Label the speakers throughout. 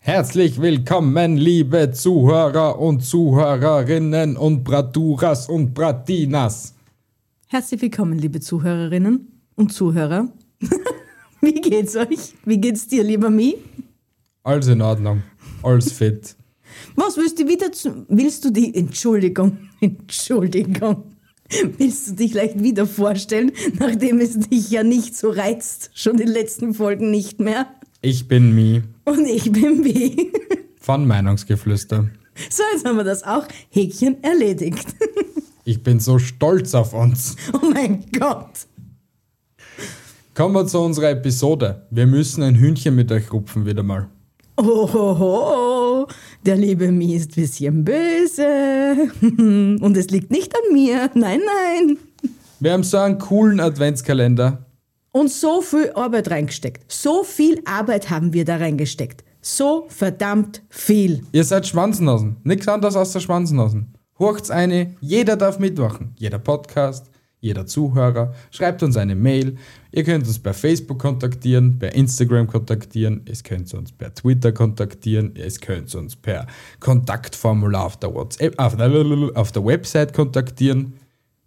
Speaker 1: Herzlich willkommen, liebe Zuhörer und Zuhörerinnen und Braturas und Bratinas.
Speaker 2: Herzlich willkommen, liebe Zuhörerinnen und Zuhörer. Wie geht's euch? Wie geht's dir, lieber Mi?
Speaker 1: Alles in Ordnung, alles fit.
Speaker 2: Was willst du wieder zu. Willst du die. Entschuldigung, Entschuldigung. Willst du dich leicht wieder vorstellen, nachdem es dich ja nicht so reizt? Schon in den letzten Folgen nicht mehr.
Speaker 1: Ich bin Mi
Speaker 2: Und ich bin B.
Speaker 1: von Meinungsgeflüster.
Speaker 2: So, jetzt haben wir das auch. Häkchen erledigt.
Speaker 1: Ich bin so stolz auf uns.
Speaker 2: Oh mein Gott.
Speaker 1: Kommen wir zu unserer Episode. Wir müssen ein Hühnchen mit euch rupfen wieder mal.
Speaker 2: Ohoho, der liebe Mi ist ein bisschen böse. Und es liegt nicht an mir. Nein, nein.
Speaker 1: Wir haben so einen coolen Adventskalender.
Speaker 2: Und so viel Arbeit reingesteckt. So viel Arbeit haben wir da reingesteckt. So verdammt viel.
Speaker 1: Ihr seid Schwanznasen. Nichts anderes als der Schwanznasen. Hurcht's eine, jeder darf mitmachen. Jeder Podcast, jeder Zuhörer. Schreibt uns eine Mail. Ihr könnt uns per Facebook kontaktieren, per Instagram kontaktieren. Es könnt uns per Twitter kontaktieren. Es könnt uns per Kontaktformular auf der, WhatsApp, auf der, auf der Website kontaktieren.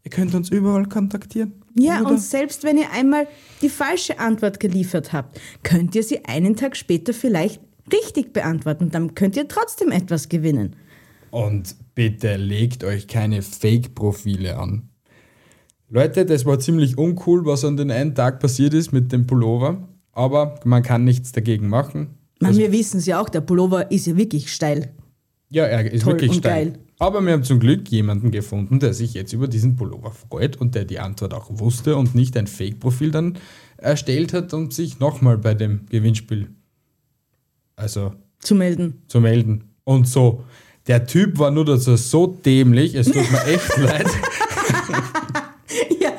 Speaker 1: Ihr könnt uns überall kontaktieren.
Speaker 2: Ja,
Speaker 1: Oder?
Speaker 2: und selbst wenn ihr einmal die falsche Antwort geliefert habt, könnt ihr sie einen Tag später vielleicht richtig beantworten. Dann könnt ihr trotzdem etwas gewinnen.
Speaker 1: Und bitte legt euch keine Fake-Profile an. Leute, das war ziemlich uncool, was an den einen Tag passiert ist mit dem Pullover. Aber man kann nichts dagegen machen.
Speaker 2: Man, wir wissen es ja auch, der Pullover ist ja wirklich steil.
Speaker 1: Ja, er ist
Speaker 2: Toll
Speaker 1: wirklich
Speaker 2: und
Speaker 1: steil.
Speaker 2: geil.
Speaker 1: Aber wir haben zum Glück jemanden gefunden, der sich jetzt über diesen Pullover freut und der die Antwort auch wusste und nicht ein Fake-Profil dann erstellt hat und sich nochmal bei dem Gewinnspiel also
Speaker 2: Zu melden.
Speaker 1: zu melden. Und so. Der Typ war nur dazu so dämlich, es tut mir echt leid.
Speaker 2: Ja,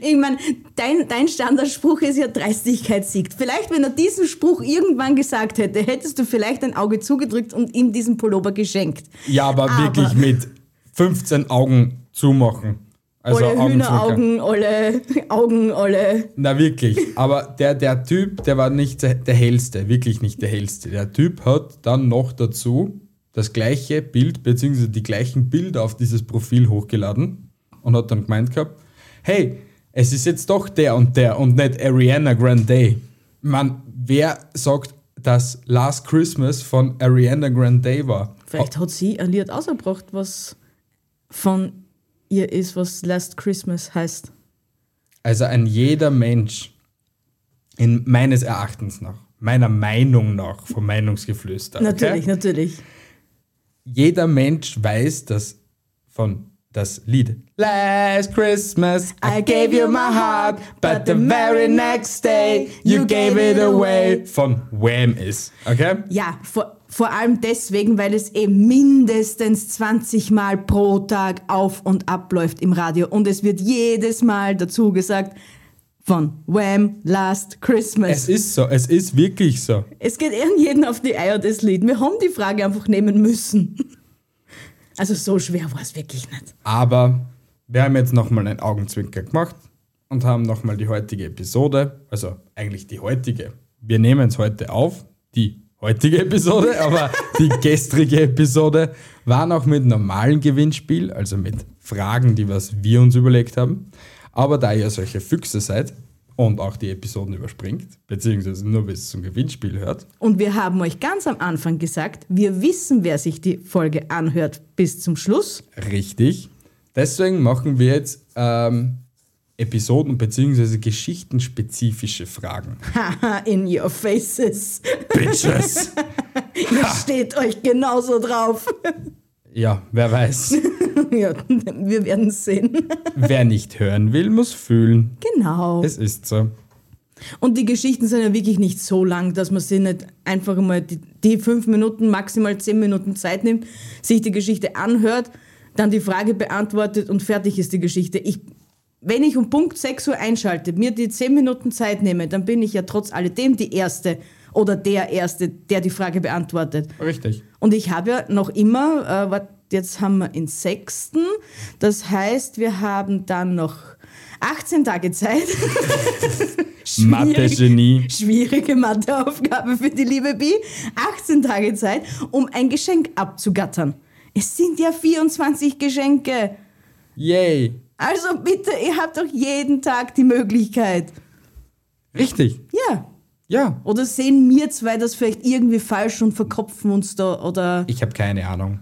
Speaker 2: ich meine, dein, dein Standardspruch ist ja Dreistigkeit siegt. Vielleicht, wenn er diesen Spruch irgendwann gesagt hätte, hättest du vielleicht ein Auge zugedrückt und ihm diesen Pullover geschenkt.
Speaker 1: Ja, aber,
Speaker 2: Aber-
Speaker 1: wirklich mit 15 Augen zumachen. Also
Speaker 2: Olle
Speaker 1: Augenzwinkern.
Speaker 2: Hühneraugen, olle Augen, olle.
Speaker 1: Na wirklich, aber der, der Typ, der war nicht der, der hellste, wirklich nicht der hellste. Der Typ hat dann noch dazu das gleiche Bild beziehungsweise die gleichen Bilder auf dieses Profil hochgeladen und hat dann gemeint gehabt, hey, es ist jetzt doch der und der und nicht Ariana Grande. Man, wer sagt, dass Last Christmas von Ariana Grande war?
Speaker 2: Vielleicht hat sie ein Lied ausgebracht, was von ihr ist, was Last Christmas heißt.
Speaker 1: Also ein jeder Mensch, in meines Erachtens nach, meiner Meinung nach, vom Meinungsgeflüster.
Speaker 2: Natürlich, ne? natürlich.
Speaker 1: Jeder Mensch weiß, dass von das Lied Last Christmas I gave you my heart, but the very next day you gave it away von Wham ist. Okay?
Speaker 2: Ja, vor, vor allem deswegen, weil es eben mindestens 20 Mal pro Tag auf und ab läuft im Radio. Und es wird jedes Mal dazu gesagt von Wham! Last
Speaker 1: Es
Speaker 2: Christmas. Es,
Speaker 1: ist so, es ist wirklich so.
Speaker 2: geht irgendwie jeden auf die Eier, das Lied. Wir haben die Frage einfach nehmen müssen. Also so schwer war es wirklich nicht.
Speaker 1: Aber wir haben jetzt nochmal einen Augenzwinker gemacht und haben nochmal die heutige Episode, also eigentlich die heutige. Wir nehmen es heute auf, die heutige Episode, aber die gestrige Episode war noch mit normalen Gewinnspiel, also mit Fragen, die was wir uns überlegt haben. Aber da ihr solche Füchse seid und auch die Episoden überspringt, beziehungsweise nur bis zum Gewinnspiel hört,
Speaker 2: Und wir haben euch ganz am Anfang gesagt, wir wissen, wer sich die Folge anhört bis zum Schluss.
Speaker 1: Richtig. Deswegen machen wir jetzt ähm, Episoden- bzw. geschichtenspezifische Fragen.
Speaker 2: Haha, in your faces.
Speaker 1: Bitches!
Speaker 2: Ihr steht euch genauso drauf.
Speaker 1: Ja, wer weiß.
Speaker 2: Ja, wir werden sehen.
Speaker 1: wer nicht hören will, muss fühlen.
Speaker 2: Genau.
Speaker 1: Es ist so.
Speaker 2: Und die Geschichten sind ja wirklich nicht so lang, dass man sich nicht einfach mal die, die fünf Minuten, maximal zehn Minuten Zeit nimmt, sich die Geschichte anhört, dann die Frage beantwortet und fertig ist die Geschichte. Ich, wenn ich um Punkt 6 Uhr einschalte, mir die zehn Minuten Zeit nehme, dann bin ich ja trotz alledem die Erste oder der Erste, der die Frage beantwortet.
Speaker 1: Richtig.
Speaker 2: Und ich habe ja noch immer, äh, wat, jetzt haben wir den sechsten, das heißt, wir haben dann noch 18 Tage Zeit. Schwierig.
Speaker 1: Mathe-Genie.
Speaker 2: Schwierige Matheaufgabe für die liebe Bi. 18 Tage Zeit, um ein Geschenk abzugattern. Es sind ja 24 Geschenke.
Speaker 1: Yay.
Speaker 2: Also bitte, ihr habt doch jeden Tag die Möglichkeit.
Speaker 1: Richtig.
Speaker 2: Ja.
Speaker 1: Ja.
Speaker 2: Oder sehen wir zwei das vielleicht irgendwie falsch und verkopfen uns da? Oder
Speaker 1: Ich habe keine Ahnung.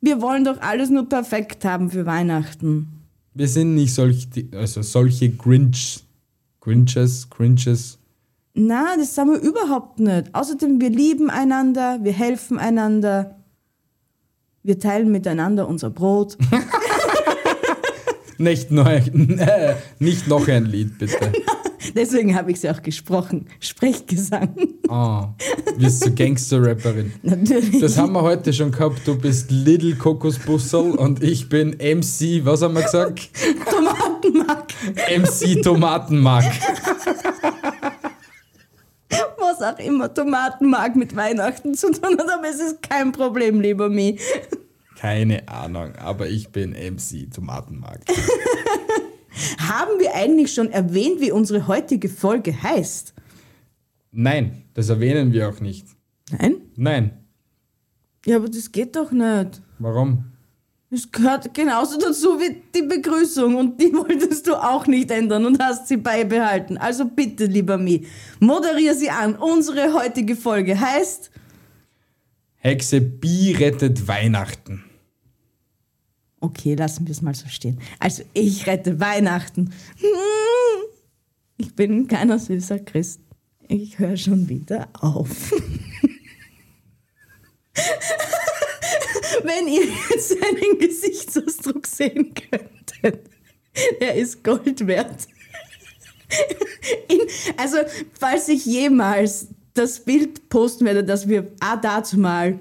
Speaker 2: wir wollen doch alles nur perfekt haben für Weihnachten.
Speaker 1: Wir sind nicht solche, also solche Grinch. Grinches, Grinches.
Speaker 2: Na, das sagen wir überhaupt nicht. Außerdem, wir lieben einander, wir helfen einander, wir teilen miteinander unser Brot.
Speaker 1: Nicht, neu, nee, nicht noch ein Lied, bitte.
Speaker 2: Deswegen habe ich sie auch gesprochen. Sprechgesang.
Speaker 1: Ah, du bist so Gangster-Rapperin.
Speaker 2: Natürlich.
Speaker 1: Das haben wir heute schon gehabt. Du bist Little Kokosbussel und ich bin MC, was haben wir gesagt?
Speaker 2: Tomatenmark.
Speaker 1: MC Tomatenmark.
Speaker 2: Was auch immer Tomatenmark mit Weihnachten zu tun hat, aber es ist kein Problem, lieber Mi.
Speaker 1: Keine Ahnung, aber ich bin MC Tomatenmark.
Speaker 2: Haben wir eigentlich schon erwähnt, wie unsere heutige Folge heißt?
Speaker 1: Nein, das erwähnen wir auch nicht.
Speaker 2: Nein?
Speaker 1: Nein,
Speaker 2: Ja, aber das geht doch nicht.
Speaker 1: warum?
Speaker 2: Das gehört genauso dazu wie die Begrüßung und die wolltest du auch nicht ändern und hast sie beibehalten. Also bitte, lieber Mi, moderier sie an. Unsere heutige Folge heißt
Speaker 1: Hexe Bi rettet Weihnachten.
Speaker 2: Okay, lassen wir es mal so stehen. Also ich rette Weihnachten. Hm. Ich bin keiner süßer Christ. Ich höre schon wieder auf. Wenn ihr jetzt seinen Gesichtsausdruck sehen könntet, er ist Gold wert. In, also, falls ich jemals das Bild posten werde, das wir ah, dazu mal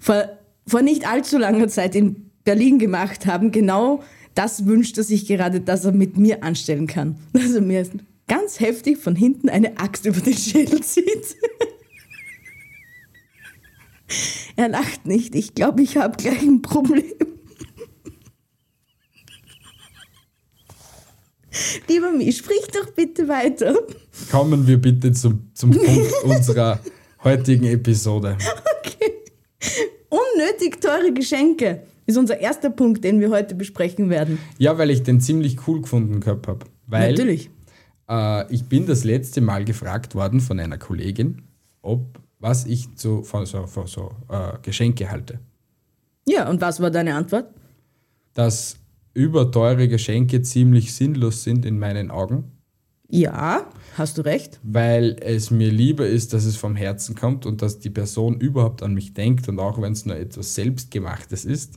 Speaker 2: vor, vor nicht allzu langer Zeit in Berlin gemacht haben, genau das wünscht er sich gerade, dass er mit mir anstellen kann. Dass er mir ganz heftig von hinten eine Axt über den Schädel zieht. er lacht nicht. Ich glaube, ich habe gleich ein Problem. Lieber Mi, sprich doch bitte weiter.
Speaker 1: Kommen wir bitte zum, zum Punkt unserer heutigen Episode.
Speaker 2: Okay. Unnötig teure Geschenke ist unser erster Punkt, den wir heute besprechen werden.
Speaker 1: Ja, weil ich den ziemlich cool gefunden gehabt habe. Weil
Speaker 2: Natürlich.
Speaker 1: Äh, ich bin das letzte Mal gefragt worden von einer Kollegin, ob was ich zu von so, von so äh, Geschenke halte.
Speaker 2: Ja, und was war deine Antwort?
Speaker 1: Dass überteure Geschenke ziemlich sinnlos sind in meinen Augen,
Speaker 2: Ja, hast du recht.
Speaker 1: weil es mir lieber ist, dass es vom Herzen kommt und dass die Person überhaupt an mich denkt und auch wenn es nur etwas selbstgemachtes ist,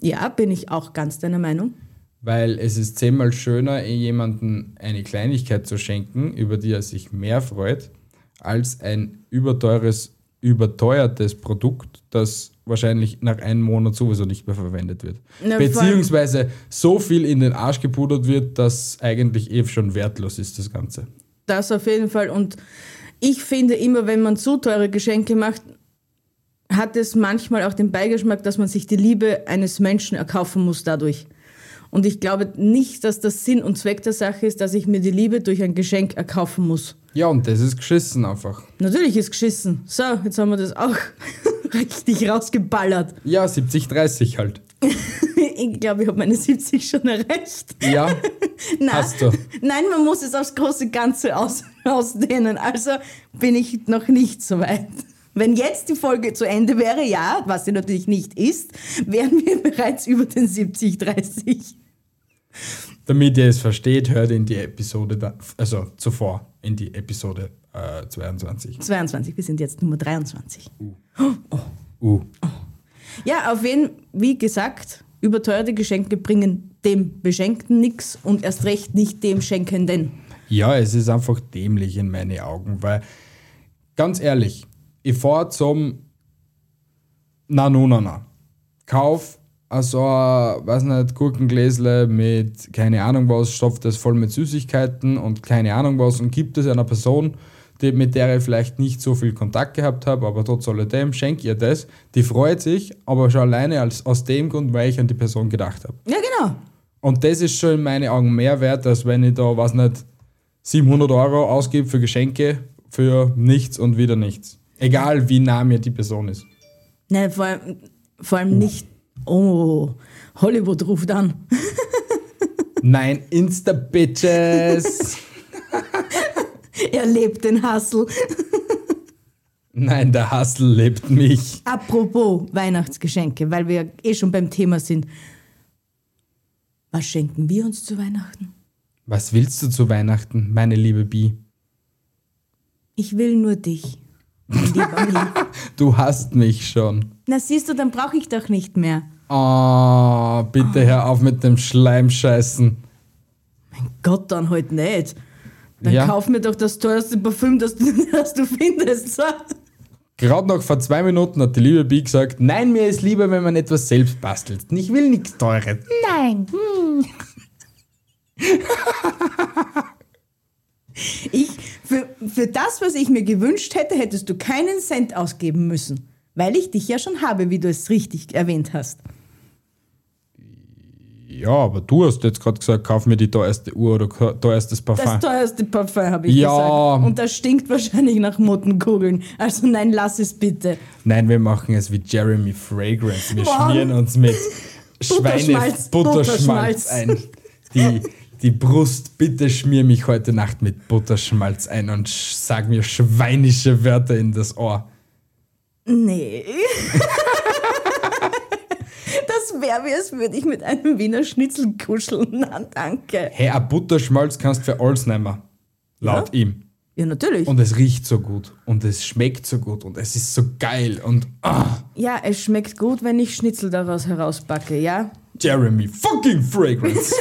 Speaker 2: Ja, bin ich auch ganz deiner Meinung.
Speaker 1: weil es ist zehnmal schöner, jemandem eine Kleinigkeit zu schenken, über die er sich mehr freut, als ein überteures, überteuertes Produkt, das wahrscheinlich nach einem Monat sowieso nicht mehr verwendet wird.
Speaker 2: Na, vor allem-
Speaker 1: Beziehungsweise so viel in den Arsch gepudert wird, dass eigentlich eh schon wertlos ist, das Ganze.
Speaker 2: Das auf jeden Fall. Und ich finde immer, wenn man zu teure Geschenke macht, hat es manchmal auch den Beigeschmack, dass man sich die Liebe eines Menschen erkaufen muss dadurch. Und ich glaube nicht, dass das Sinn und Zweck der Sache ist, dass ich mir die Liebe durch ein Geschenk erkaufen muss.
Speaker 1: Ja, und das ist geschissen einfach.
Speaker 2: Natürlich ist geschissen. So, jetzt haben wir das auch richtig rausgeballert.
Speaker 1: Ja, 70-30 halt.
Speaker 2: Ich glaube, ich habe meine 70 schon erreicht.
Speaker 1: Ja,
Speaker 2: Nein.
Speaker 1: Hast du.
Speaker 2: Nein, man muss es aufs große Ganze aus, ausdehnen. Also bin ich noch nicht so weit. Wenn jetzt die Folge zu Ende wäre, ja, was sie natürlich nicht ist, wären wir bereits über den 70, 30.
Speaker 1: damit ihr es versteht, hört in die Episode, da, also zuvor, in die Episode äh, 22.
Speaker 2: 22, wir sind jetzt Nummer 23.
Speaker 1: Uh.
Speaker 2: Ja, auf wen, wie gesagt, überteuerte Geschenke bringen dem Beschenkten nichts und erst recht nicht dem Schenkenden.
Speaker 1: Ja, es ist einfach dämlich in meinen Augen, weil ganz ehrlich, ich fahre zum Nanonana. Kauf also, weiß nicht, Gurkengläsle mit keine Ahnung was, stopf das voll mit Süßigkeiten und keine Ahnung was und gibt es einer Person, die, mit der ich vielleicht nicht so viel Kontakt gehabt habe, aber trotz alledem schenk ihr das. Die freut sich, aber schon alleine als, aus dem Grund, weil ich an die Person gedacht habe.
Speaker 2: Ja, genau.
Speaker 1: Und das ist schon in meinen Augen mehr wert, als wenn ich da, weiß nicht, 700 Euro ausgebe für Geschenke, für nichts und wieder nichts. Egal, wie nah mir die Person ist.
Speaker 2: Nein, vor allem, vor allem nicht. Oh, Hollywood ruft an.
Speaker 1: Nein, Insta-Bitches.
Speaker 2: Er lebt den Hassel.
Speaker 1: Nein, der Hassel lebt mich.
Speaker 2: Apropos Weihnachtsgeschenke, weil wir eh schon beim Thema sind. Was schenken wir uns zu Weihnachten?
Speaker 1: Was willst du zu Weihnachten, meine liebe Bi?
Speaker 2: Ich will nur dich. mein Lieber Mi.
Speaker 1: Du hast mich schon.
Speaker 2: Na siehst du, dann brauche ich doch nicht mehr.
Speaker 1: Oh, bitte hör auf mit dem Schleimscheißen.
Speaker 2: Gott, dann halt nicht. Dann
Speaker 1: Ja.
Speaker 2: kauf mir doch das teuerste Parfüm, das du, das du findest. So.
Speaker 1: Gerade noch vor zwei Minuten hat die liebe Bi gesagt, nein, mir ist lieber, wenn man etwas selbst bastelt. Ich will nichts Teures.
Speaker 2: Ich, für, für das, was ich mir gewünscht hätte, hättest du keinen Cent ausgeben müssen. Weil ich dich ja schon habe, wie du es richtig erwähnt hast.
Speaker 1: Ja, aber du hast jetzt gerade gesagt, kauf mir die teuerste Uhr oder ka- teuerstes Parfum.
Speaker 2: Das teuerste Parfum, habe ich
Speaker 1: Ja.
Speaker 2: gesagt. Und das stinkt wahrscheinlich nach Mottenkugeln. Also nein, lass es bitte.
Speaker 1: Nein, wir machen es wie Jeremy Fragrance. Wir
Speaker 2: Mann.
Speaker 1: schmieren uns mit Schweinebutterschmalz
Speaker 2: Butterschmalz,
Speaker 1: Butterschmalz
Speaker 2: Butterschmalz.
Speaker 1: ein. Die, die Brust, bitte schmier mich heute Nacht mit Butterschmalz ein und sch- sag mir schweinische Wörter in das Ohr.
Speaker 2: Nee. das wäre wie es würde ich mit einem Wiener Schnitzel kuscheln. Na, danke.
Speaker 1: Hey, ein Butterschmalz kannst für alles nehmen. Laut ihm.
Speaker 2: Ja, natürlich.
Speaker 1: Und es riecht so gut. Und es schmeckt so gut. Und es ist so geil. Und ah,
Speaker 2: ja, es schmeckt gut, wenn ich Schnitzel daraus herauspacke, ja?
Speaker 1: Jeremy fucking Fragrance.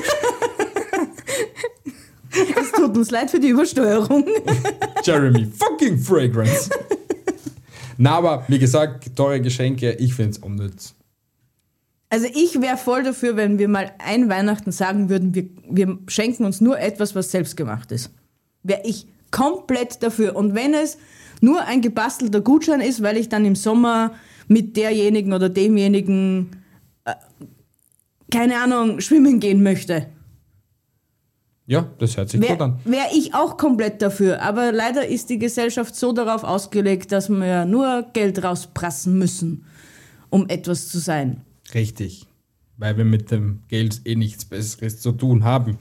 Speaker 2: Es tut uns leid für die Übersteuerung.
Speaker 1: Jeremy fucking Fragrance. Na, aber wie gesagt, teure Geschenke, ich find's unnütz.
Speaker 2: Also ich wäre voll dafür, wenn wir mal ein Weihnachten sagen würden, wir, wir schenken uns nur etwas, was selbst gemacht ist. Wäre ich komplett dafür. Und wenn es nur ein gebastelter Gutschein ist, weil ich dann im Sommer mit derjenigen oder demjenigen, äh, keine Ahnung, schwimmen gehen möchte,
Speaker 1: Ja, das hört sich gut
Speaker 2: wäre
Speaker 1: an.
Speaker 2: wär ich auch komplett dafür. Aber leider ist die Gesellschaft so darauf ausgelegt, dass wir nur Geld rausprassen müssen, um etwas zu sein.
Speaker 1: Richtig. Weil wir mit dem Geld eh nichts Besseres zu tun haben.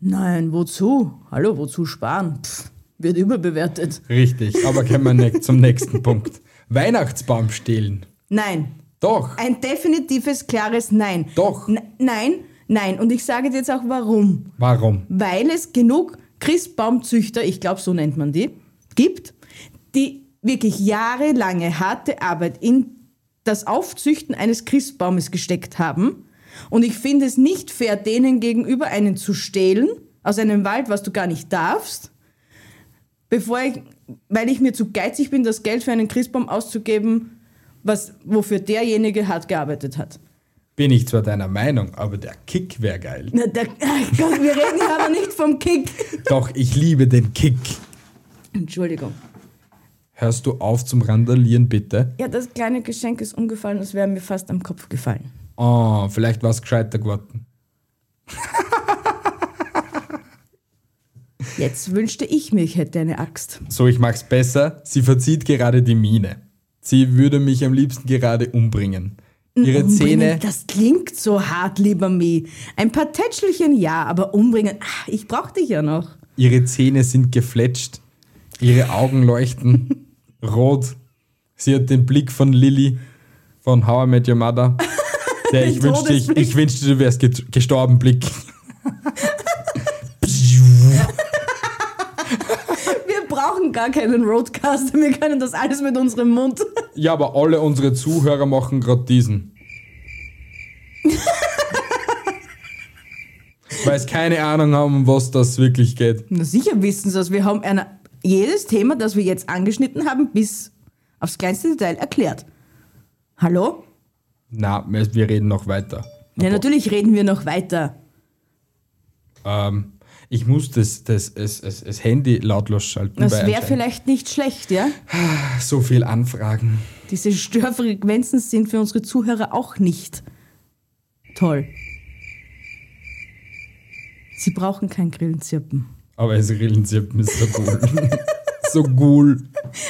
Speaker 2: Nein, wozu? Hallo, wozu sparen? Pff, wird überbewertet.
Speaker 1: Richtig. Aber können wir nicht zum nächsten Punkt. Weihnachtsbaum stehlen.
Speaker 2: Nein,
Speaker 1: Doch.
Speaker 2: ein definitives, klares Nein.
Speaker 1: Doch.
Speaker 2: N nein, nein. Und ich sage dir jetzt auch warum.
Speaker 1: Warum?
Speaker 2: Weil es genug Christbaumzüchter, ich glaube, so nennt man die, gibt, die wirklich jahrelange harte Arbeit in das Aufzüchten eines Christbaumes gesteckt haben. Und ich finde es nicht fair, denen gegenüber einen zu stehlen aus einem Wald, was du gar nicht darfst, bevor ich, weil ich mir zu geizig bin, das Geld für einen Christbaum auszugeben, was, wofür derjenige hart gearbeitet hat.
Speaker 1: Bin ich zwar deiner Meinung, aber der Kick wäre geil.
Speaker 2: Na, da, ach Gott, wir reden hier aber nicht vom Kick.
Speaker 1: Doch, ich liebe den Kick.
Speaker 2: Entschuldigung.
Speaker 1: Hörst du auf zum Randalieren, bitte?
Speaker 2: Ja, das kleine Geschenk ist umgefallen, das wäre mir fast am Kopf gefallen.
Speaker 1: Oh, vielleicht war's gescheiter geworden.
Speaker 2: Jetzt wünschte ich mir, ich hätte eine Axt.
Speaker 1: So, ich mach's besser. Sie verzieht gerade die Miene. Sie würde mich am liebsten gerade umbringen. Ihre Zähne.
Speaker 2: Umbringen, Das klingt so hart, lieber Mi. Ein paar Tätschelchen ja, aber umbringen, ach, ich brauch dich ja noch.
Speaker 1: Ihre Zähne sind gefletscht. Ihre Augen leuchten rot. Sie hat den Blick von Lilly von How I Met Your Mother. Der ich
Speaker 2: Den
Speaker 1: wünschte, ich,
Speaker 2: Todesblick.
Speaker 1: ich wünschte, du wärst get- gestorben, Blick.
Speaker 2: Wir brauchen gar keinen Roadcaster, wir können das alles mit unserem Mund.
Speaker 1: Ja, aber alle unsere Zuhörer machen gerade diesen. weil sie keine Ahnung haben, um was das wirklich geht.
Speaker 2: Na sicher wissen sie das. Wir haben einer, jedes Thema, das wir jetzt angeschnitten haben, bis aufs kleinste Detail erklärt. Hallo?
Speaker 1: Na, wir wir reden noch weiter.
Speaker 2: Ja, natürlich reden wir noch weiter.
Speaker 1: Ähm, ich muss das, das, das, das, das Handy lautlos schalten.
Speaker 2: Das
Speaker 1: weil
Speaker 2: wäre
Speaker 1: anscheinend
Speaker 2: vielleicht nicht schlecht, ja?
Speaker 1: So viel Anfragen.
Speaker 2: Diese Störfrequenzen sind für unsere Zuhörer auch nicht toll. Sie brauchen kein Grillenzirpen.
Speaker 1: Aber es grillen sie ist so cool. so cool.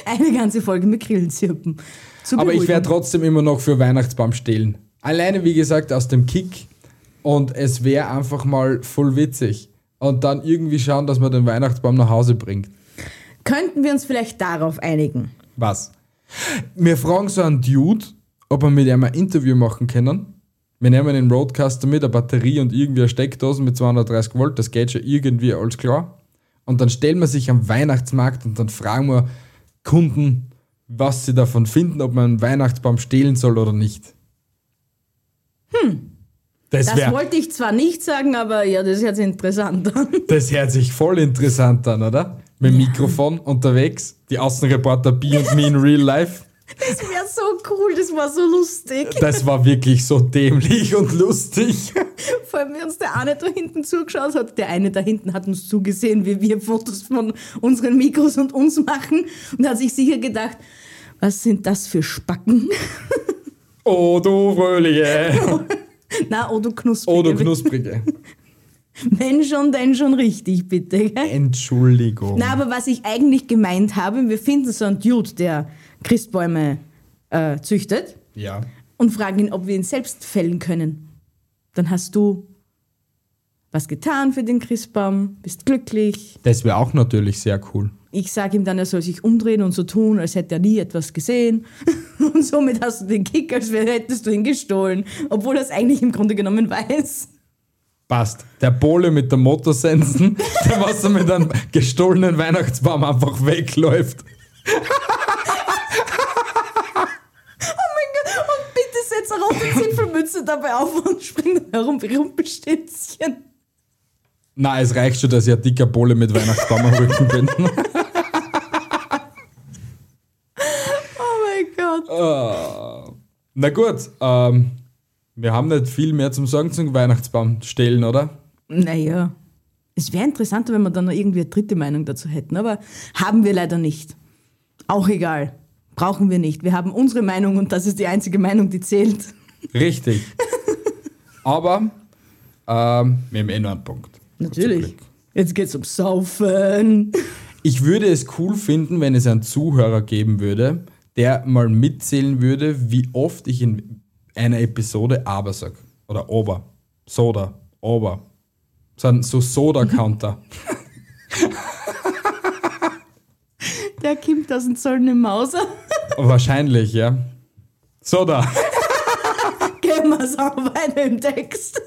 Speaker 2: Eine ganze Folge mit Grillenzirpen. Zu
Speaker 1: Aber ich
Speaker 2: beruhigen.
Speaker 1: wäre trotzdem immer noch für Weihnachtsbaum stehlen. Alleine, wie gesagt, aus dem Kick. Und es wäre einfach mal voll witzig. Und dann irgendwie schauen, dass man den Weihnachtsbaum nach Hause bringt.
Speaker 2: Könnten wir uns vielleicht darauf einigen?
Speaker 1: Was? Wir fragen so einen Dude, ob wir mit ihm ein Interview machen können. Wir nehmen einen Roadcaster mit, eine Batterie und irgendwie eine Steckdose mit 230 Volt, das geht schon irgendwie alles klar. Und dann stellen wir sich am Weihnachtsmarkt und dann fragen wir Kunden, was sie davon finden, ob man einen Weihnachtsbaum stehlen soll oder nicht. Hm. Das,
Speaker 2: Das
Speaker 1: wär,
Speaker 2: wollte ich zwar nicht sagen, aber ja, das ist jetzt interessant.
Speaker 1: das hört sich voll interessant an, oder? Mit dem Mikrofon unterwegs, die Außenreporter B und me in real life.
Speaker 2: Das wäre so cool, das war so lustig.
Speaker 1: Das war wirklich so dämlich und lustig.
Speaker 2: Vor allem, wie uns der eine da hinten zugeschaut hat. Der eine da hinten hat uns zugesehen, wie wir Fotos von unseren Mikros und uns machen und hat sich sicher gedacht, was sind das für Spacken?
Speaker 1: Oh, du Fröhliche.
Speaker 2: Na, oh du Knusprige.
Speaker 1: Oh, du Knusprige.
Speaker 2: Wenn schon, denn schon richtig, bitte. Gell?
Speaker 1: Äh. Entschuldigung.
Speaker 2: Na, aber was ich eigentlich gemeint habe, wir finden so einen Dude, der Christbäume äh, züchtet
Speaker 1: Ja.
Speaker 2: und fragen ihn, ob wir ihn selbst fällen können. Dann hast du was getan für den Christbaum, bist glücklich,
Speaker 1: Das wäre auch natürlich sehr cool.
Speaker 2: Ich sage ihm dann, er soll sich umdrehen und so tun, als hätte er nie etwas gesehen. Und somit hast du den Kick, als wär- hättest du ihn gestohlen. Obwohl er es eigentlich im Grunde genommen weiß.
Speaker 1: Passt. Der Pole mit der Motorsensen, der was er mit einem gestohlenen Weihnachtsbaum einfach wegläuft.
Speaker 2: Und bitte setz eine rote Zipfelmütze dabei auf und spring herum wie Rumpelstilzchen.
Speaker 1: Na, es reicht schon, dass ich ein dicker Pole mit Weihnachtsbaum am Rücken bin.
Speaker 2: Oh mein Gott.
Speaker 1: Na gut, ähm, wir haben nicht viel mehr zum Sagen zum Weihnachtsbaum stehlen, oder?
Speaker 2: Naja, es wäre interessanter, wenn wir dann noch irgendwie eine dritte Meinung dazu hätten, aber haben wir leider nicht. Auch egal. Brauchen wir nicht. Wir haben unsere Meinung und das ist die einzige Meinung, die zählt.
Speaker 1: Richtig. Aber ähm, wir haben eh noch einen Punkt. Zum
Speaker 2: Natürlich.
Speaker 1: Glück.
Speaker 2: Jetzt geht's um Saufen.
Speaker 1: Ich würde es cool finden, wenn es einen Zuhörer geben würde, der mal mitzählen würde, wie oft ich in einer Episode aber sag. Oder Ober. Soda. Ober. So ein so Soda-Counter.
Speaker 2: Der kommt aus dem Zollene Mauser.
Speaker 1: Wahrscheinlich, ja. Soda.
Speaker 2: Gehen wir es auch weiter im Text.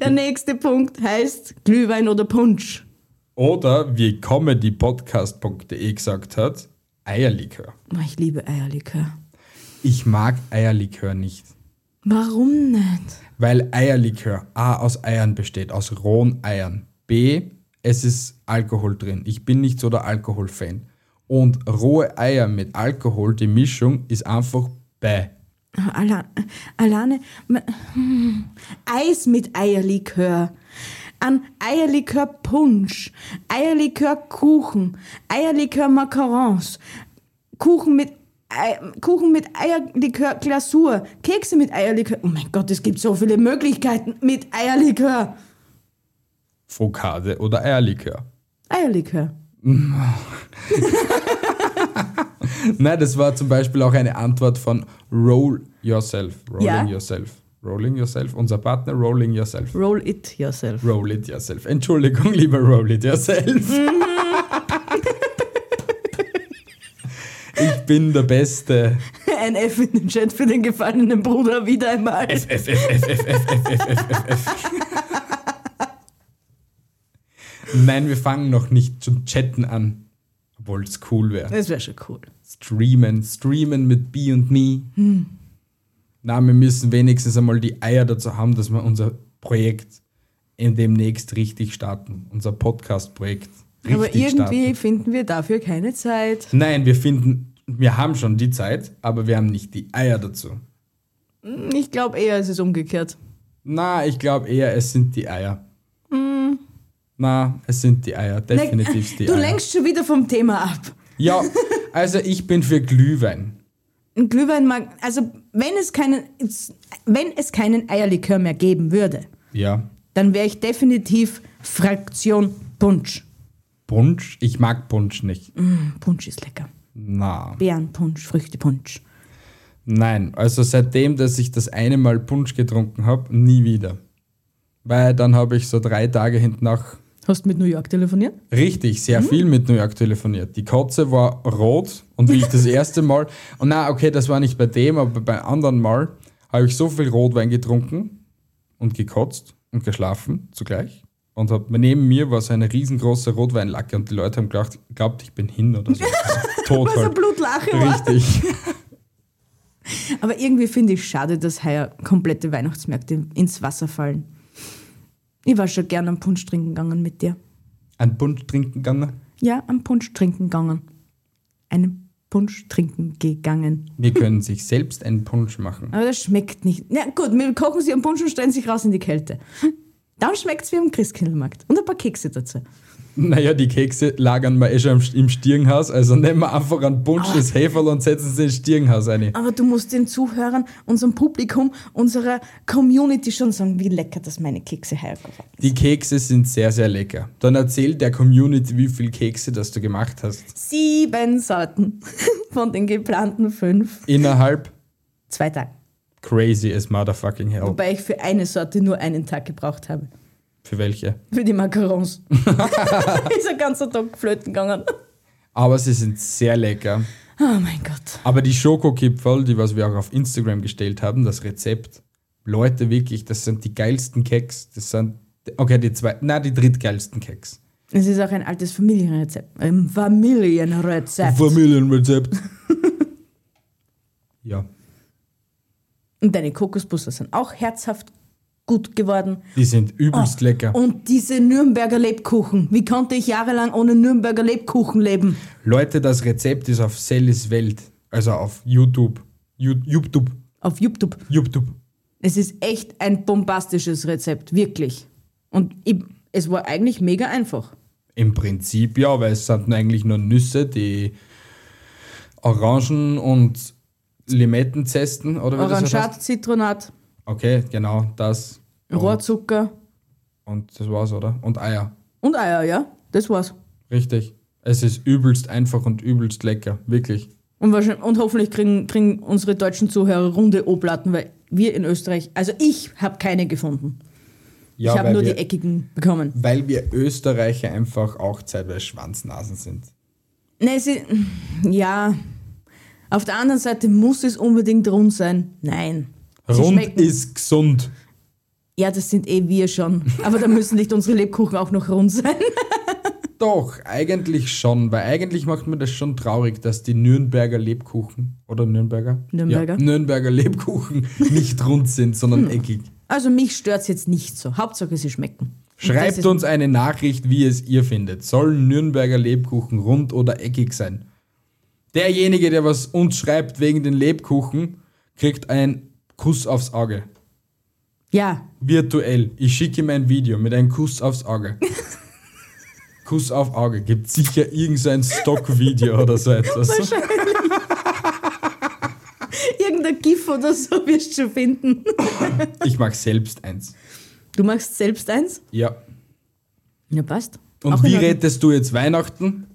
Speaker 2: Der nächste Punkt heißt Glühwein oder Punsch.
Speaker 1: Oder wie comedypodcast.de E gesagt hat, Eierlikör.
Speaker 2: Oh, Ich liebe Eierlikör.
Speaker 1: Ich mag Eierlikör nicht.
Speaker 2: Warum nicht?
Speaker 1: Weil Eierlikör A aus Eiern besteht, aus rohen Eiern. B, es ist Alkohol drin. Ich bin nicht so der Alkoholfan. Und rohe Eier mit Alkohol, die Mischung ist einfach bäh.
Speaker 2: Ala- Alane, ma- hm, Eis mit Eierlikör. An Eierlikör-Punsch, Eierlikör-Kuchen, Eierlikör-Macarons, Kuchen mit, Ei Kuchen mit Eierlikör-Glasur, Kekse mit Eierlikör. Oh mein Gott, es gibt so viele Möglichkeiten mit Eierlikör.
Speaker 1: Fokade oder Eierlikör.
Speaker 2: Eierlikör.
Speaker 1: Nein, das war zum Beispiel auch eine Antwort von Roll Yourself. Rolling
Speaker 2: Ja.
Speaker 1: Yourself. Rolling Yourself. Unser Partner Rolling Yourself.
Speaker 2: Roll it yourself.
Speaker 1: Roll it yourself. Entschuldigung, lieber Roll it yourself. ich bin der Beste.
Speaker 2: Ein F in den Chat für den gefallenen Bruder wieder einmal.
Speaker 1: Nein, wir fangen noch nicht zum Chatten an. Obwohl es cool wäre.
Speaker 2: Das wäre schon cool.
Speaker 1: Streamen, streamen mit B und Me.
Speaker 2: Hm.
Speaker 1: Na, wir müssen wenigstens einmal die Eier dazu haben, dass wir unser Projekt in demnächst richtig starten. Unser Podcast-Projekt. Richtig
Speaker 2: Aber irgendwie
Speaker 1: starten.
Speaker 2: finden wir dafür keine Zeit.
Speaker 1: Nein, wir finden, wir haben schon die Zeit, aber wir haben nicht die Eier dazu.
Speaker 2: Ich glaube eher, es ist umgekehrt.
Speaker 1: Na, ich glaube eher, es sind die Eier. Na, es sind die Eier. Definitiv die
Speaker 2: Hm. du
Speaker 1: Eier.
Speaker 2: lenkst schon wieder vom Thema ab.
Speaker 1: Ja, also ich bin für Glühwein.
Speaker 2: Ein Glühwein mag, also wenn es keinen, wenn es keinen Eierlikör mehr geben würde,
Speaker 1: Ja.
Speaker 2: dann wäre ich definitiv Fraktion Punsch.
Speaker 1: Punsch? Ich mag Punsch nicht.
Speaker 2: Mhm. Punsch ist lecker.
Speaker 1: Na.
Speaker 2: Beerenpunsch, Früchtepunsch.
Speaker 1: Nein, also seitdem, dass ich das eine Mal Punsch getrunken habe, nie wieder. Weil dann habe ich so drei Tage hinten nach
Speaker 2: Hast du mit New York telefoniert?
Speaker 1: richtig sehr viel mit New York telefoniert. Die Kotze war rot und wie ich das erste Mal, und na okay, das war nicht bei dem, aber beim anderen Mal habe ich so viel Rotwein getrunken und gekotzt und geschlafen zugleich. Und hab, neben mir war so eine riesengroße Rotweinlacke und die Leute haben geglaubt, glaubt, ich bin hin oder so. Tot
Speaker 2: Was eine
Speaker 1: halt.
Speaker 2: Blutlache war.
Speaker 1: Richtig.
Speaker 2: Aber irgendwie finde ich schade, dass heuer komplette Weihnachtsmärkte ins Wasser fallen. Ich war schon gern am Punsch trinken gegangen mit dir.
Speaker 1: Ein Punsch trinken gegangen.
Speaker 2: Ja, am Punsch trinken gegangen. Einen Punsch trinken gegangen.
Speaker 1: Wir können sich selbst einen Punsch machen.
Speaker 2: Aber das schmeckt nicht. Na gut, wir kochen sie am Punsch und stellen sich raus in die Kälte. Dann schmeckt es wie am Christkindlmarkt. Und ein paar Kekse dazu.
Speaker 1: Naja, die Kekse lagern wir eh schon am- im Stirnhaus, also nehmen wir einfach einen Punsch des Heferl und setzen sie ins Stirnhaus rein.
Speaker 2: Aber du musst den Zuhörern, unserem Publikum, unserer Community schon sagen, wie lecker das meine Kekse heuer waren.
Speaker 1: Die Kekse sind sehr, sehr lecker. Dann erzähl der Community, wie viel Kekse das du gemacht hast.
Speaker 2: Sieben Sorten von den geplanten fünf.
Speaker 1: Innerhalb
Speaker 2: Zwei Tage.
Speaker 1: crazy as motherfucking hell.
Speaker 2: Wobei ich für eine Sorte nur einen Tag gebraucht habe.
Speaker 1: Für welche?
Speaker 2: Für die Macarons. ist ein ganzer Tag flöten gegangen.
Speaker 1: Aber sie sind sehr lecker.
Speaker 2: Oh mein Gott.
Speaker 1: Aber die Schokokipferl, die was wir auch auf Instagram gestellt haben, das Rezept, Leute, wirklich, das sind die geilsten Keks. Das sind, okay, die zwei, na, die drittgeilsten Keks.
Speaker 2: Es ist auch ein altes Familienrezept. Ein Familienrezept.
Speaker 1: Familienrezept. ja.
Speaker 2: Und deine Kokosbusser sind auch herzhaft gut geworden.
Speaker 1: Die sind übelst
Speaker 2: Ah.
Speaker 1: lecker.
Speaker 2: Und diese Nürnberger Lebkuchen. Wie konnte ich jahrelang ohne Nürnberger Lebkuchen leben?
Speaker 1: Leute, das Rezept ist auf Sellis Welt. Also auf YouTube. Ju- YouTube.
Speaker 2: Auf YouTube.
Speaker 1: YouTube.
Speaker 2: Es ist echt ein bombastisches Rezept. Wirklich. Und ich, es war eigentlich mega einfach.
Speaker 1: Im Prinzip ja, weil es sind eigentlich nur Nüsse, die Orangen und Limettenzesten oder wie das heißt.
Speaker 2: Orangat, Zitronat,
Speaker 1: Okay, genau, das.
Speaker 2: Rohrzucker
Speaker 1: Und das war's, oder? Und Eier.
Speaker 2: und Eier, ja? Das war's.
Speaker 1: Richtig. Es ist übelst einfach und übelst lecker. Wirklich.
Speaker 2: Und, wahrscheinlich, und hoffentlich kriegen, kriegen unsere deutschen Zuhörer runde O-Platten, weil wir in Österreich, also ich habe keine gefunden.
Speaker 1: Ja,
Speaker 2: ich habe
Speaker 1: weil
Speaker 2: nur die
Speaker 1: wir-
Speaker 2: eckigen bekommen.
Speaker 1: Weil wir Österreicher einfach auch zeitweise Schwanznasen sind.
Speaker 2: Nee, sie, ja. Auf der anderen Seite muss es unbedingt rund sein. Nein. Sie
Speaker 1: Rund
Speaker 2: schmecken-
Speaker 1: ist gesund.
Speaker 2: Ja, das sind eh wir schon. Aber da müssen nicht unsere Lebkuchen auch noch rund sein.
Speaker 1: Doch, eigentlich schon, weil eigentlich macht mir das schon traurig, dass die Nürnberger Lebkuchen oder Nürnberger?
Speaker 2: Nürnberger.
Speaker 1: Ja, Nürnberger Lebkuchen nicht rund sind, sondern eckig.
Speaker 2: Also mich stört's jetzt nicht so. Hauptsache, sie schmecken. Und das
Speaker 1: Schreibt
Speaker 2: ist-
Speaker 1: uns eine Nachricht, wie es ihr findet. Sollen Nürnberger Lebkuchen rund oder eckig sein? Derjenige, der was uns schreibt wegen den Lebkuchen, kriegt einen Kuss aufs Auge.
Speaker 2: Ja,
Speaker 1: Virtuell. Ich schicke ihm ein Video mit einem Kuss aufs Auge. Kuss auf Auge. Gibt sicher irgendein so ein Stock-Video oder so etwas.
Speaker 2: irgendein GIF oder so wirst du schon finden.
Speaker 1: Ich mache selbst eins.
Speaker 2: Du machst selbst eins?
Speaker 1: Ja.
Speaker 2: Ja, passt.
Speaker 1: Und
Speaker 2: Auch in
Speaker 1: wie
Speaker 2: Ordnung.
Speaker 1: rettest du jetzt Weihnachten?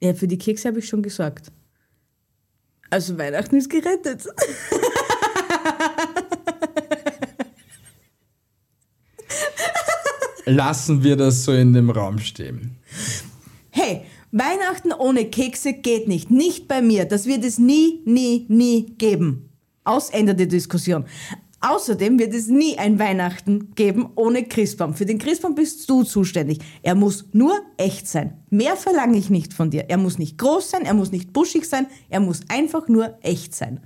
Speaker 2: Ja, für die Kekse habe ich schon gesorgt. Also Weihnachten ist gerettet.
Speaker 1: Lassen wir das so in dem Raum stehen.
Speaker 2: Hey, Weihnachten ohne Kekse geht nicht. Nicht bei mir. Das wird es nie, nie, nie geben. Aus Ende der Diskussion. Außerdem wird es nie ein Weihnachten geben ohne Christbaum. Für den Christbaum bist du zuständig. Er muss nur echt sein. Mehr verlange ich nicht von dir. Er muss nicht groß sein, er muss nicht buschig sein, er muss einfach nur echt sein.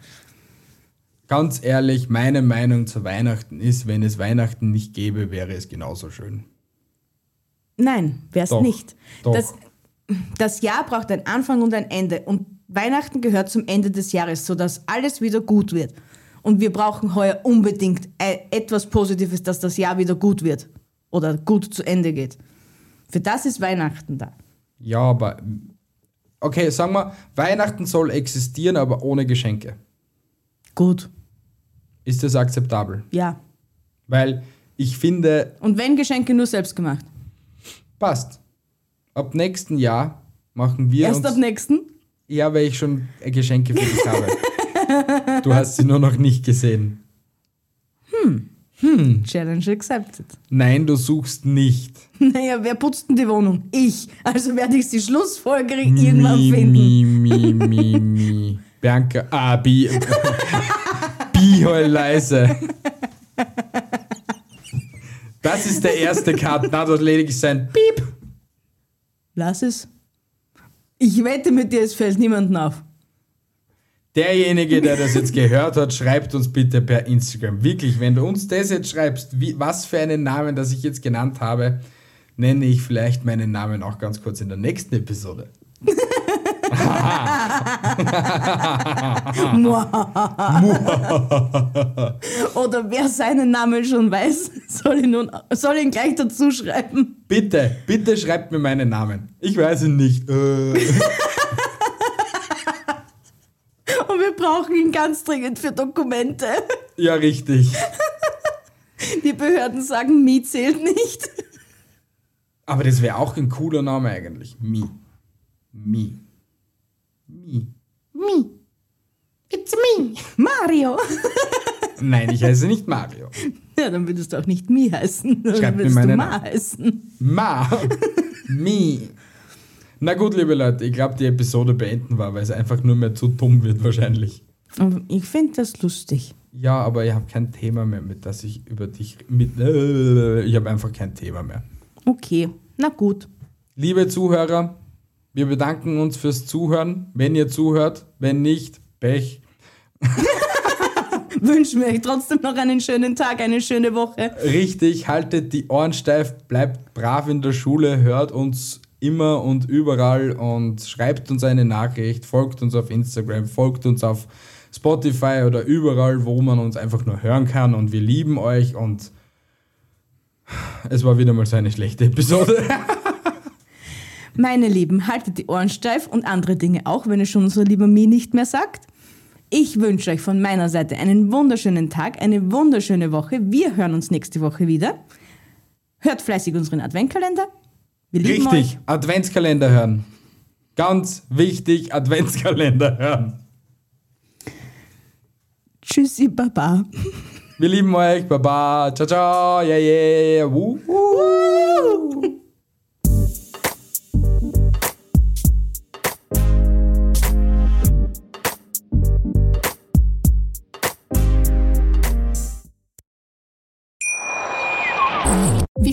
Speaker 1: Ganz ehrlich, meine Meinung zu Weihnachten ist, wenn es Weihnachten nicht gäbe, wäre es genauso schön.
Speaker 2: Nein, wär's
Speaker 1: Doch,
Speaker 2: nicht.
Speaker 1: doch.
Speaker 2: Das, das Jahr braucht einen Anfang und ein Ende. Und Weihnachten gehört zum Ende des Jahres, sodass alles wieder gut wird. Und wir brauchen heuer unbedingt e- etwas Positives, dass das Jahr wieder gut wird. Oder gut zu Ende geht. Für das ist Weihnachten da.
Speaker 1: Ja, aber. Okay, sagen wir, Weihnachten soll existieren, aber ohne Geschenke.
Speaker 2: Gut,
Speaker 1: Ist das akzeptabel?
Speaker 2: ja.
Speaker 1: Weil ich finde,
Speaker 2: Und wenn Geschenke nur selbst gemacht?
Speaker 1: passt. Ab nächsten Jahr machen wir
Speaker 2: Erst
Speaker 1: uns.
Speaker 2: ab nächsten?
Speaker 1: ja, weil ich schon Geschenke für dich habe. Du hast sie nur noch nicht gesehen.
Speaker 2: Challenge accepted.
Speaker 1: Nein, du suchst nicht.
Speaker 2: Naja, wer putzt denn die Wohnung? Ich. Also werde ich die Schlussfolgerung irgendwann finden.
Speaker 1: Mi, mi, mi, mi. Bianca, ah, Bi. Bi, heul leise. Das ist der erste Cut. Na, dort lediglich sein Piep.
Speaker 2: Lass es. Ich wette mit dir, es fällt niemandem auf.
Speaker 1: Derjenige, der das jetzt gehört hat, schreibt uns bitte per Instagram. Wirklich, wenn du uns das jetzt schreibst, wie, was für einen Namen, das ich jetzt genannt habe, nenne ich vielleicht meinen Namen auch ganz kurz in der nächsten Episode. Ah.
Speaker 2: Oder wer seinen Namen schon weiß, soll ihn, nun, soll ihn gleich dazu schreiben.
Speaker 1: Bitte, bitte schreibt mir meinen Namen. Ich weiß ihn nicht. Äh.
Speaker 2: Und wir brauchen ihn ganz dringend für Dokumente.
Speaker 1: Ja, richtig.
Speaker 2: Die Behörden sagen, Mi zählt nicht.
Speaker 1: Aber das wäre auch ein cooler Name eigentlich. Mi. Mi. Mi.
Speaker 2: Mi. It's me. Mario.
Speaker 1: Nein, ich heiße nicht Mario.
Speaker 2: Ja, dann würdest du auch nicht Mi heißen. Dann
Speaker 1: Schreib mir
Speaker 2: würdest du
Speaker 1: meinen
Speaker 2: Ma
Speaker 1: Namen.
Speaker 2: heißen.
Speaker 1: Ma. Mi. Na gut, liebe Leute, ich glaube, die Episode beenden war, weil es einfach nur mehr zu dumm wird wahrscheinlich.
Speaker 2: Aber Ich finde das lustig.
Speaker 1: Ja, aber ich habe kein Thema mehr, mit das ich über dich mit. Äh, ich habe einfach kein Thema mehr.
Speaker 2: Okay, na gut.
Speaker 1: Liebe Zuhörer, wir bedanken uns fürs Zuhören. Wenn ihr zuhört, wenn nicht, Pech.
Speaker 2: Wünschen wir euch trotzdem noch einen schönen Tag, eine schöne Woche.
Speaker 1: Richtig, haltet die Ohren steif, bleibt brav in der Schule, hört uns immer und überall und schreibt uns eine Nachricht, folgt uns auf Instagram, folgt uns auf Spotify oder überall, wo man uns einfach nur hören kann und wir lieben euch und es war wieder mal so eine schlechte Episode.
Speaker 2: Meine Lieben, haltet die Ohren steif und andere Dinge auch, wenn es schon unser lieber Mi nicht mehr sagt. Ich wünsche euch von meiner Seite einen wunderschönen Tag, eine wunderschöne Woche. Wir hören uns nächste Woche wieder. Hört fleißig unseren Adventkalender. Wir lieben
Speaker 1: Richtig,
Speaker 2: euch.
Speaker 1: Adventskalender hören. Ganz wichtig, Adventskalender hören.
Speaker 2: Tschüssi, Baba.
Speaker 1: Wir lieben euch, baba, ciao, ciao, yeah, yeah, wuhu.
Speaker 3: Wie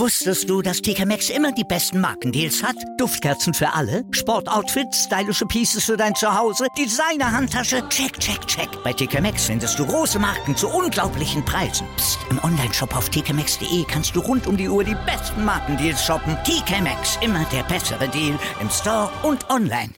Speaker 4: Wusstest du, dass TK Maxx immer die besten Markendeals hat? Duftkerzen für alle, Sportoutfits, stylische Pieces für dein Zuhause, Designer-Handtasche, check, check, check. Bei TK Maxx findest du große Marken zu unglaublichen Preisen. Psst. im Onlineshop auf tkmaxx.de kannst du rund um die Uhr die besten Markendeals shoppen. TK Maxx, immer der bessere Deal im Store und online.